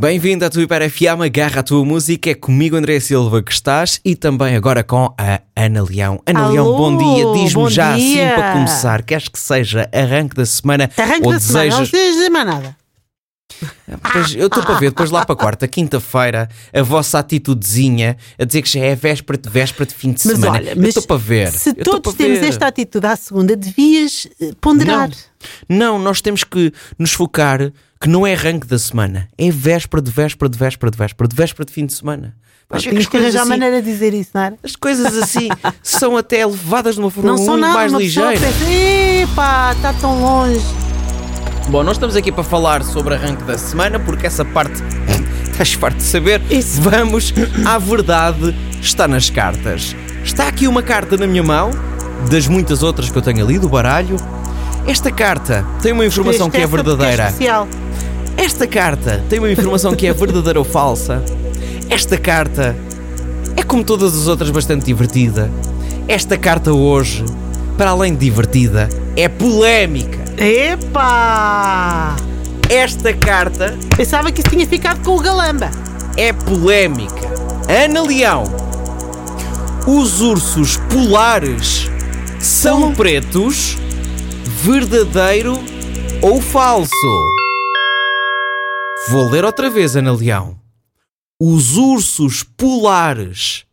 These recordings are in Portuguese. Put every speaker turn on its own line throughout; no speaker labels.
Bem-vindo à tua Hiper FM, agarra a tua música, é comigo André Silva que estás e também agora com a Ana Leão. Ana
Alô,
Leão, bom dia,
bom
diz-me já
dia.
assim para começar, queres que seja arranque da semana
Te arranco
ou
da semana, é não
desejas...
tens de dizer mais nada.
Pois, eu estou para ver depois lá para quarta, quinta-feira, a vossa atitudezinha a dizer que já é véspera de véspera de fim de
Mas
semana.
olha,
Eu
mas
estou para ver.
Se
eu estou
todos
para
temos
ver.
esta atitude à segunda, devias eh, ponderar.
Não, nós temos que nos focar que não é arranque da semana, é véspera de véspera de véspera de véspera de véspera de fim de semana. Mas é que
Tínhamos
as
que
coisas
arranjar
assim-
maneira de dizer isso, não era?
As coisas assim são até levadas de uma forma
Não
muito
são nada,
um mais
uma pessoa
ligeira.
pensa, Epá, está tão longe. é
Bom, nós estamos aqui para falar sobre arranque da semana, porque essa parte estás farto de saber.
Isso.
Vamos à verdade, está nas cartas. Está aqui uma carta na minha mão, das muitas outras que eu tenho ali, do baralho. Esta carta tem uma informação que é
Esta porque
verdadeira.
especial.
Esta carta tem uma informação que é verdadeira ou falsa. Esta carta é como todas as outras bastante divertida. Esta carta hoje, para além de divertida, é polémica.
Epá!
Esta carta
Pensava que isso tinha ficado com o galamba.
é polémica. Ana Leão. Os ursos polares são pretos? Verdadeiro ou falso? Vou ler outra vez, Ana Leão. Os ursos polares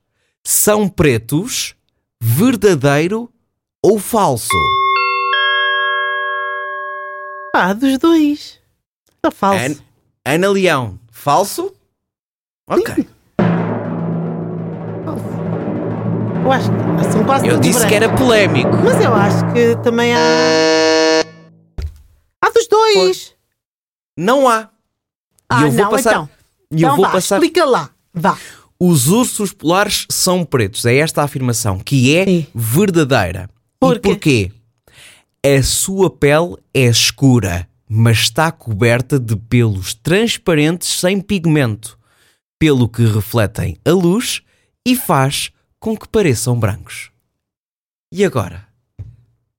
são pretos? Verdadeiro ou falso?
Pá, dos dois. Só falso.
Ana, Ana Leão, falso? Ok.
Eu acho que são quase
Eu
todos
disse que
brancos.
era polémico.
Mas eu acho que também há. Há dos dois!
Pois. Não há.
Ah,
eu vou
não,
passar-
então.
E
então
eu vou
vá,
passar.
explica lá. Vá.
Os ursos polares são pretos. É esta a afirmação que é
Sim.
verdadeira.
Por
e
quê?
porquê? A sua pele é escura, mas está coberta de pelos transparentes sem pigmento, pelo que refletem a luz e faz com que pareçam brancos. E agora?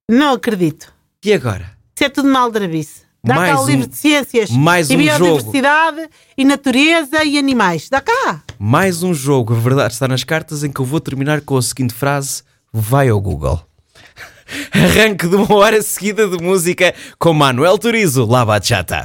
Não acredito.
E agora?
Isso é tudo maldrabice. Dá
Mais
cá o livro
um-
de ciências
mais
e
um jogo.
biodiversidade e natureza e animais. Dá cá.
Mais um jogo, a verdade está nas cartas, em que eu vou terminar com a seguinte frase: vai ao Google. Arranque de uma hora seguida de música com Manuel Turizo, La Bachata.